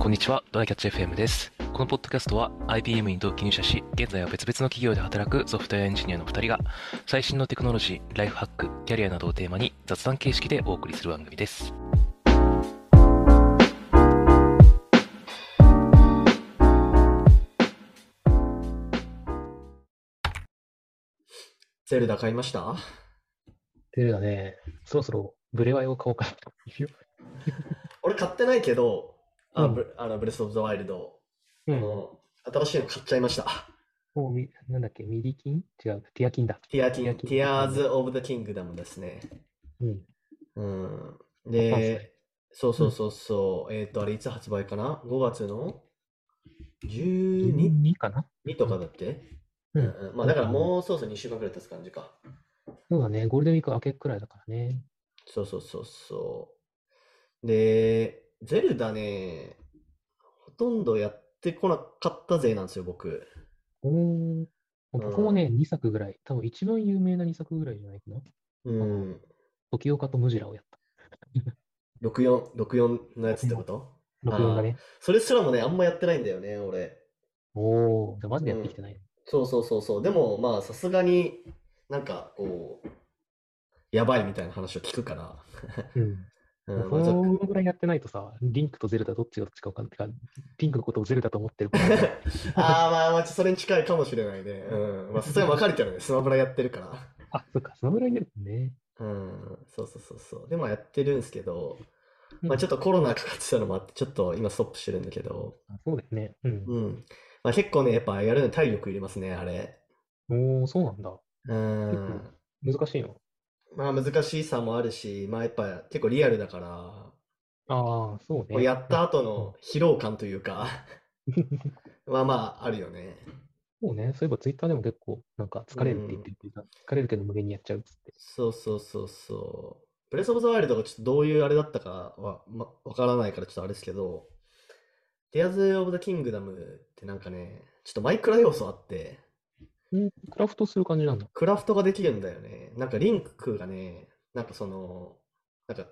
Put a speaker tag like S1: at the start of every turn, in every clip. S1: こんにちは、ドライキャッチ FM です。このポッドキャストは IBM に同期入社し、現在は別々の企業で働くソフトウェアエンジニアの2人が、最新のテクノロジー、ライフハック、キャリアなどをテーマに雑談形式でお送りする番組です。
S2: ゼルダ買いました
S3: ゼルダね、そろそろブレワイを買おうかなという。
S2: 俺買ってないけど、あ
S3: うん
S2: ブあのブレス・オブ・ザ・ワイルド、
S3: う
S2: あの新しいの買っちゃいました。
S3: もうみなんだっけ、ミリキン違う、ティアキンだ。
S2: ティアキン、テ
S3: テ
S2: ィ
S3: ィ
S2: ア
S3: ア
S2: ー
S3: キン
S2: ズ・オブ・ザ・キングダムですね。
S3: うん。
S2: うん。
S3: あそうです
S2: で、そうそうそうそう、えっ、と、あれいつ発売かな ?5 月の 12?
S3: 12かな
S2: 2とかだって、
S3: うん
S2: んまあだからもうそうそう2週間くらい経つ感じか。
S3: そうだね、ゴールデンウィーク明けくらいだからね。
S2: そうそうそうそう。で、ゼルダね、ほとんどやってこなかったぜなんですよ、僕。
S3: おー僕もね、2作ぐらい、多分一番有名な2作ぐらいじゃないかな。
S2: うん。
S3: 時岡とムジラをやった。
S2: 64、64のやつってこと
S3: 64だね。
S2: それすらもね、あんまやってないんだよね、俺。
S3: おー、じゃあマジでやってきてない。
S2: そうそうそうそう。でも、まあ、さすがになんか、こう、やばいみたいな話を聞くから。
S3: うん。
S2: うん、まあちょっ
S3: そのぐらいやってないとさ、リンクとゼルダどっちがどっちか分かんない。てか、リンクのことをゼルダと思ってるから。
S2: とあーまあ、まあ、それに近いかもしれないね。うん。まあ、さすがに分かれてるね。スマブラやってるから。
S3: あ、そっか、そのぐらいになるね。
S2: うん、そうそうそうそう。で、まあやってるんですけど、
S3: うん
S2: まあちょっとコロナかかってたのもあって、ちょっと今ストップしてるんだけど、
S3: あそうだよね。うん。
S2: うん。まあ結構ね、やっぱやるのに体力いりますね、あれ。
S3: おー、そうなんだ。
S2: うん。
S3: 難しいの
S2: まあ難しさもあるし、まあやっぱ結構リアルだから、
S3: ああ、そう
S2: こう
S3: ね。
S2: やった後の疲労感というか、まあまああるよね。
S3: そうね。そういえばツイッターでも結構、なんか疲れるって言ってる人いた疲れるけど無限にやっちゃうっつって。
S2: そうそうそうそう。ブレス・オブ・ザ・ワイルドがちょっとどういうあれだったかは、ま、わからないからちょっとあれですけど、ディアズ・オブ・ザ・キングダムってなんかね、ちょっとマイクラ要素あって、
S3: うん、クラフトする感じなんだ。
S2: クラフトができるんだよね。なんかリンクがね、なんかその、なんか、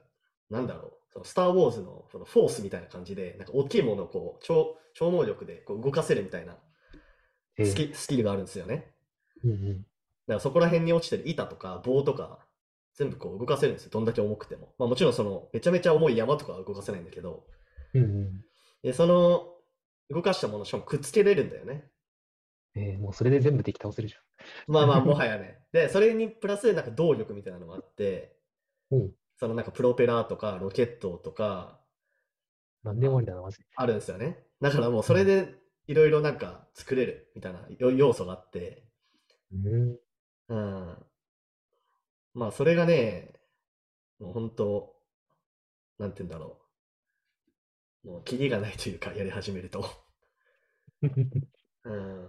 S2: なんだろう、そのスター・ウォーズのそのフォースみたいな感じで、なんか大きいものをこう超、超能力でこう動かせるみたいな
S3: ええ
S2: スキスキルがあるんですよね。
S3: うんうん。
S2: だからそこら辺に落ちてる板とか棒とか全部こう動かせるんですよ。どんだけ重くても。まあもちろんそのめちゃめちゃ重い山とかは動かせないんだけど、
S3: うんうん。
S2: でその動かしたものしかもくっつけれるんだよね。
S3: ええもうそれで全部敵倒せるじ
S2: まあまあもはやね。で、それにプラスなんか動力みたいなのもあって、
S3: うん
S2: そのなんかプロペラとかロケットとか
S3: ゃん。なんでもありだな、マジで。
S2: あるんですよね。だからもうそれでいろいろなんか作れるみたいなよ要素があって、
S3: うん。
S2: うん。まあ、それがね、もう本当、なんて言うんだろう。もう、キリがないというか、やり始めると。うん。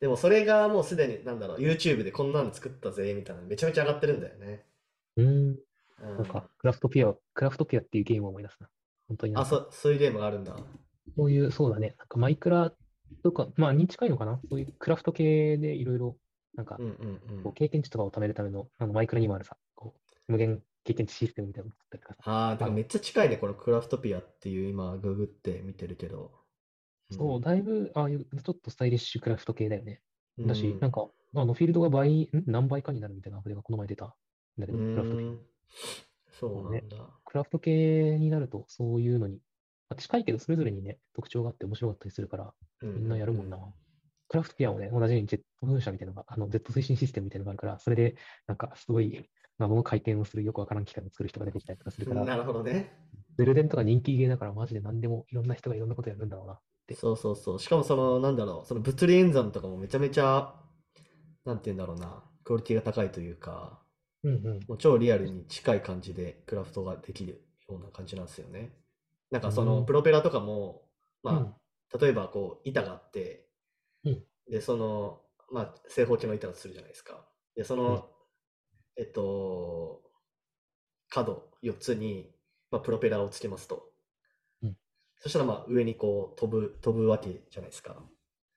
S2: でも、それがもうすでに、なんだろう、YouTube でこんなの作ったぜ、みたいなのめちゃめちゃ上がってるんだよね。
S3: うん。
S2: うん。
S3: なんか、クラフトピア、クラフトピアっていうゲームを思い出すな。本当になん
S2: あ、
S3: か
S2: そ、そういうゲームがあるんだ。
S3: そういう、そうだね。なんかマイクラとか、まあ、に近いのかな。そういうクラフト系でいろいろ、なんか
S2: うん、うんうん
S3: こう。経験値とかを貯めるための、あのマイクラにもあるさ、こう無限経験値システムみたいなの作ったりとかさ。
S2: ああ、でもめっちゃ近いね、このクラフトピアっていう、今、ググって見てるけど。うん
S3: そう、だいぶ、ああいう、ちょっとスタイリッシュクラフト系だよね。だし
S2: う、ん
S3: なんか、あの、フィールドが倍、ん何倍かになるみたいなアプリがこの前出たんだけど、クラフト
S2: う
S3: 系。
S2: んそうなんだ。
S3: クラフト系になると、そういうのに、まあ近いけど、それぞれにね、特徴があって面白かったりするから、
S2: み
S3: みんなやるもんな。クラフトピアもね、同じようにジェット噴射みたいなのが、あの、ジェット推進システムみたいなのがあるから、それで、なんか、すごい、謎の回転をするよくわからん機械を作る人が出てきたりとかするから、
S2: なるほどね。
S3: ゼルデンとか人気ゲーだから、マジで何でもいろんな人がいろんなことやるんだろうな。て
S2: そうそうそう。しかもその、なんだろう、その物理演算とかもめちゃめちゃ、なんて言うんだろうな、クオリティが高いというか、
S3: うんうん。
S2: もう超リアルに近い感じでクラフトができるような感じなんですよね。なんかその、
S3: うん
S2: プロペラとかも、まあ、
S3: うん
S2: 例えばこう、板があって、
S3: うん
S2: で、その、まあ、正方形の板だとするじゃないですか。で、その、
S3: うん
S2: えっと、角4つに、まあ、プロペラをつけますと。
S3: うん
S2: そしたら、まあ、上にこう、飛ぶ、飛ぶわけじゃないですか。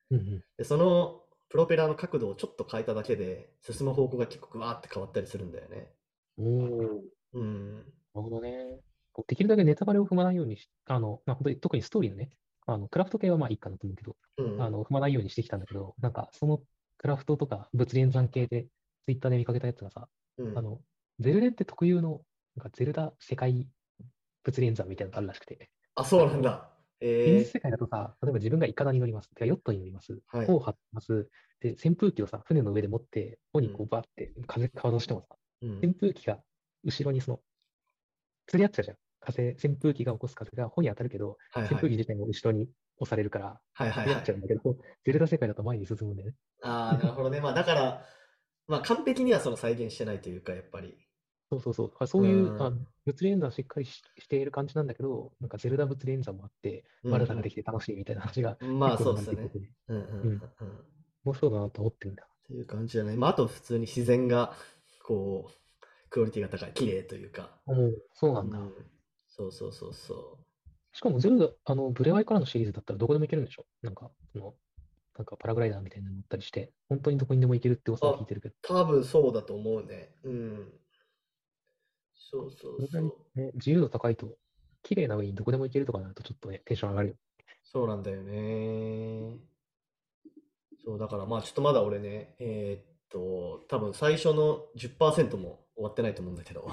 S3: うんうん。
S2: で、その、プロペラの角度をちょっと変えただけで、進む方向が結構ぐわーって変わったりするんだよね。
S3: おお、なる
S2: うん。
S3: ほどね。こうできるだけネタバレを踏まないようにし、あの、まあ、本当に特にストーリーのね、あのクラフト系はまあいいかなと思うけど、
S2: うん、
S3: あの踏まないようにしてきたんだけど、なんかそのクラフトとか物理演算系で、ツイッターで見かけたやつがさ、
S2: うん
S3: あの、ゼルデって特有の、なんかゼルダ世界物理演算みたいなのがあるらしくて、
S2: あ、そうなんだ。
S3: 現実
S2: え
S3: 世界だとさ、例えば自分がイカダに乗ります、てかヨットに乗ります、
S2: ー、はい。
S3: 帆を張ってます、で、扇風機をさ、船の上で持って、帆に
S2: う
S3: こうバーって風、かわどうしてもさ、
S2: うん
S3: 扇風機が後ろにその、釣り合っちゃうじゃん。風、扇風機が起こす風が帆に当たるけど、
S2: はい
S3: 扇
S2: は
S3: 風機
S2: い。
S3: 自体も後ろに押されるから、
S2: はいはい
S3: 釣り
S2: は
S3: 合っちゃ
S2: い。
S3: うんだけど、ゼルダ世界だと前に進むんだよね。
S2: ああ、なるほどね。まあだから、まあ完璧にはその再現してないというか、やっぱり。
S3: そうそうそう。だからそういう、あ
S2: うん
S3: 物理演算しっかりししている感じなんだけど、なんかゼルダ物理演算もあって、
S2: うん
S3: バルタができて楽しいみたいな話が、
S2: まあ
S3: 結
S2: そ
S3: 構
S2: うですよ
S3: 流れ
S2: ね
S3: て。きてて
S2: うんうんうんうん。
S3: 面白いなと思ってるんだ。
S2: っていう感じじゃない。まあ、あと普通に自然が、こう、クオリティが高い、綺麗というか。
S3: そうなんだ。
S2: うんそうそうそうそ
S3: しかもゼルダ、あの、ブレワイからのシリーズだったらどこでも行けるんでしょなんか、その、なんかパラグライダーみたいなの乗ったりして、本当にどこにでも行けるって噂を聞いてるけど、
S2: う。多分そうだと思うね。うん。そうそう
S3: それ
S2: そ。
S3: ぐらいうね、自由度高いと、綺麗な上にどこでも行けるとかなるとちょっとね、テンション上がるよ。
S2: そうなんだよね。そう、だからまあちょっとまだ俺ね、えーっと、多分最初の10%も終わってないと思うんだけど。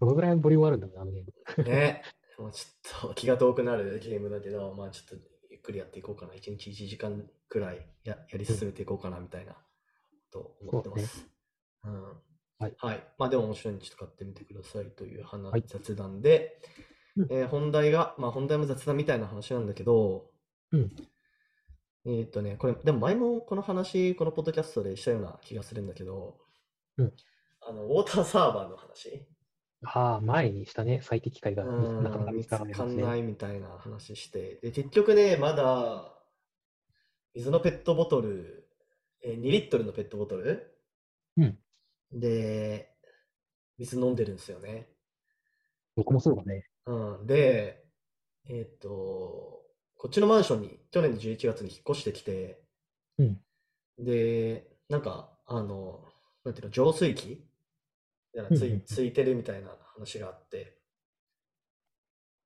S3: どのぐらいのボリュームあるんだろうな、あのゲーム。
S2: ね。もうちょっと気が遠くなるゲームだけど、まあちょっとゆっくりやっていこうかな。1日1時間くらいや、やり進めていこうかなみたいなと思ってます。うん。
S3: はい
S2: まあでも面白いんでちょっと買ってみてくださいという話、
S3: はい
S2: 雑談で、
S3: うん
S2: えー本題が、まあ本題も雑談みたいな話なんだけど、
S3: うん
S2: えーっとね、これ、でも前もこの話、このポッドキャストでしたような気がするんだけど、
S3: うん
S2: あの、ウォーターサーバーの話。
S3: ああ、前にしたね、最適解が見
S2: うん
S3: なかなか見つからない
S2: 見
S3: で
S2: つか
S3: す
S2: ん
S3: ね。
S2: ないみたいな話して、で、結局ね、まだ、水のペットボトル、えー2リットルのペットボトル
S3: うん
S2: で、水飲んでるんですよね。
S3: 僕もそうだね。
S2: うん、で、えーっと、こっちのマンションに去年の11月に引っ越してきて、
S3: うん
S2: で、なんか、あの、なんていうの、浄水器みたいなつ
S3: うんうんう
S2: い、
S3: ん
S2: ついてるみたいな話があって、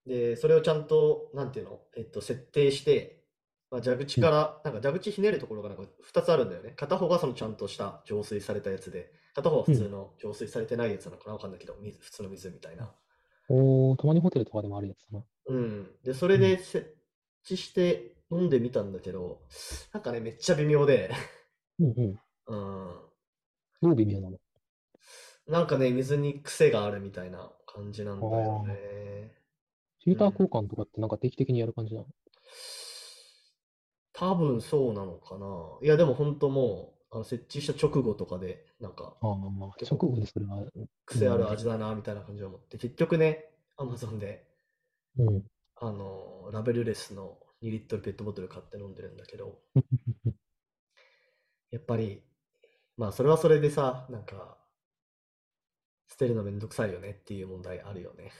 S2: で、それをちゃんと、なんていうの、えっと、設定して、まあ、蛇口から、なんか蛇口ひねるところがなんか2つあるんだよね。片方がそのちゃんとした浄水されたやつで、片方は普通の浄水されてないやつなのかな、わかんないけど、水普通の水みたいな。
S3: おー、たまにホテルとかでもあるやつだな。
S2: うん。で、それで設置して飲んでみたんだけど、なんかね、めっちゃ微妙で、
S3: うんうん。
S2: うん。
S3: どう微妙なの
S2: なんかね、水に癖があるみたいな感じなんだよね。
S3: シューター交換とかってなんか定期的にやる感じなの
S2: 多分そうなのかな。いや、でも本当もう、あの設置した直後とかで、なんか、
S3: ああ、まあ、直後でそれは、
S2: 癖ある味だな、みたいな感じを思って、結局ね、アマゾンで、
S3: うん。
S2: あの、ラベルレスの2リットルペットボトル買って飲んでるんだけど、やっぱり、まあ、それはそれでさ、なんか、捨てるのめんどくさいよねっていう問題あるよね。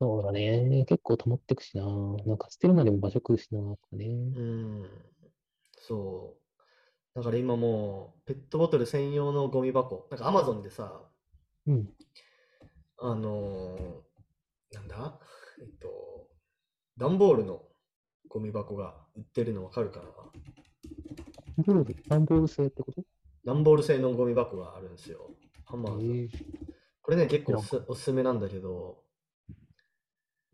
S3: そうだね。結構溜まってくしな。なんか捨てるまでも場所食うしな、とかね。
S2: うん。そう。だから今もう、ペットボトル専用のゴミ箱、なんかアマゾンでさ、
S3: うん。
S2: あのーなんだえっと、段ボールのゴミ箱が売ってるのわかるかな
S3: ダンボール、ダンボール製ってこと
S2: 段ボール製のゴミ箱があるんですよ。アマゾン。
S3: え
S2: これね、結構
S3: なん
S2: おすおすすめなんだけど、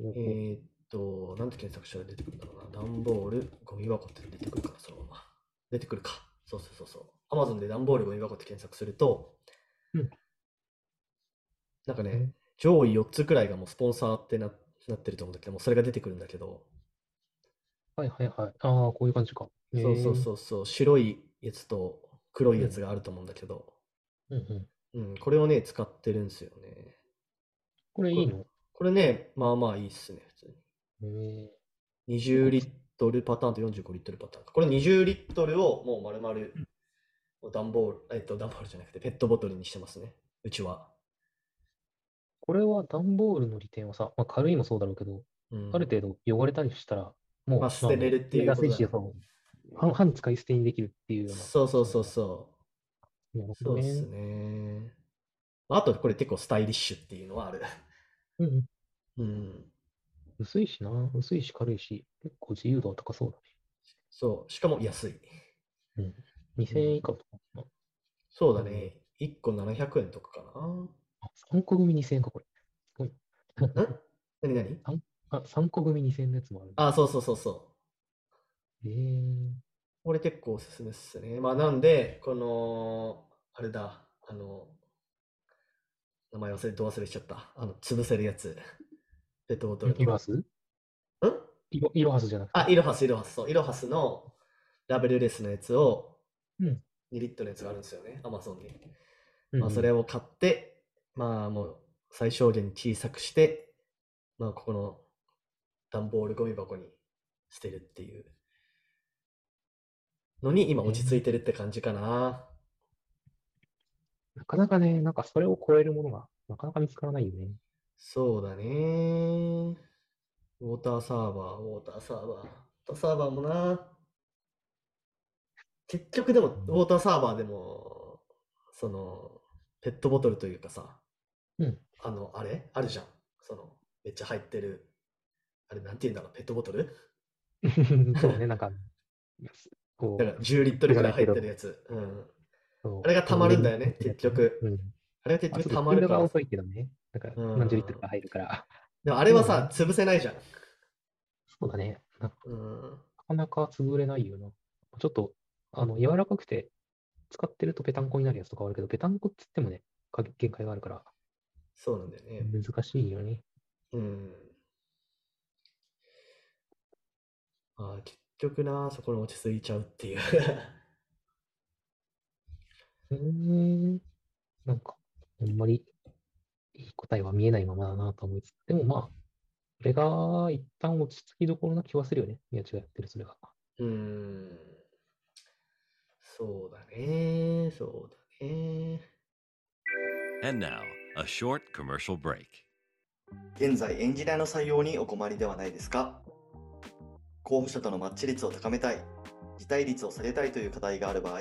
S3: え
S2: えーっと、なんて検索したら出てくるんだろうな。段ボール、ゴミ箱って出てくるかな、そのまま。出てくるか。そうそうそうそう。アマゾンで段ボールゴミ箱って検索すると、
S3: うん
S2: なんかね、
S3: うん
S2: 上位4つくらいがもうスポンサーってな、なってると思うんだけど、もうそれが出てくるんだけど、
S3: はいはいはい。ああ、こういう感じか。
S2: そうそう
S3: う。
S2: そうそう、白いやつと黒いやつがあると思うんだけど、
S3: うんうん。
S2: うん、これをね、使ってるんですよね。
S3: これいいの
S2: これね、まあまあいいっすね、普通に。
S3: ええ。
S2: 20リットルパターンと45リットルパターンか。これ20リットルをもう丸々、もう段ボール、えっと、段ボールじゃなくてペットボトルにしてますね。うちは。
S3: これは段ボールの利点はさ、まあ、軽いもそうだろうけど、
S2: うん
S3: ある程度汚れたりしたら、もう、
S2: まあ捨てれるっていう
S3: まあ
S2: こと
S3: も
S2: だ
S3: う捨てやすいしそう半半使い捨てにできるっていうような。。
S2: そうそうそうそう
S3: なる
S2: う。
S3: ほ
S2: そうで
S3: どね
S2: すね。あと、これ結構スタイリッシュっていうのはある。
S3: うんうん。
S2: うん。
S3: 薄いしな、薄いし軽いし、結構自由度は高そうだ
S2: そう、しかも安い。
S3: ね。うん。2000円以下とかな。
S2: そうだね。1個700円とかかな。
S3: あ、3個組2000円か、これ。すごいな。
S2: んなになに
S3: あ、3個組2000円のやつもある。
S2: あ、そうそうそうそう。
S3: えー、
S2: これ結構おすすめっすね。まあなんで、この、あれだ、あの、名前忘れ、ど忘れしちゃった。あの、潰せるやつ。 ペットボトルの。
S3: イロハス
S2: ん
S3: イロイロハスじゃなくて。
S2: あ、イロハス、イロハス、そう、イロハスのラベルレスのやつを、
S3: うん
S2: 2リットルのやつがあるんですよね、アマゾンに。
S3: うん
S2: まあ、それを買って、まあもう最小限に小さくして、まあここの段ボールゴミ箱に捨てるっていうのに今落ち着いてるって感じかな。
S3: なかなかね、なんかそれを超えるものがなかなか見つからないよね。
S2: そうだね。ウォーターサーバー、ウォーターサーバー、ウォーターサーバーもな。結局でも、ウォーターサーバーでも、その、ペットボトルというかさ、
S3: うん
S2: あの、あれあるじゃん。その、めっちゃ入ってる。あれ、なんて言うんだろう、ペットボトル
S3: そ うね、なんか、こ
S2: だ
S3: う
S2: から10リットルぐらい入って
S3: 入
S2: る
S3: っ
S2: やつ。うん。
S3: そう、
S2: あれが溜まるんだよね、結局。
S3: うん。
S2: あれが結
S3: あちょ
S2: 局
S3: っと
S2: 溜
S3: 溜
S2: ま
S3: ま
S2: る
S3: る
S2: か
S3: が
S2: ら。
S3: 遅いけどね。なんか
S2: うん
S3: 何十リットルか入るから。
S2: でもあれはさ、潰せないじゃん。
S3: そうだね。なか
S2: うん。
S3: なか潰れないよな。ちょっと、あの、柔らかくて、使ってるとペタンコになるやつとかはあるけど、ペタンコって言ってもね、か限界があるから、
S2: そうなんだよね。
S3: 難しいよね。
S2: うん。まあ、結局な、そこに落ち着いちゃうっていう。
S3: うーん。なんか、あんまりいい答えは見えないままだなと思いつつ、でもまあ、これが一旦落ち着きどころな気はするよね。宮地がやってる、それが。
S2: うん。そうだね、そうだね。
S4: And now, a short commercial break.
S2: 現在エンジニアの採用にお困りではないですか候補者とのマッチ率を高めたい辞退率を下げたいという課題がある場合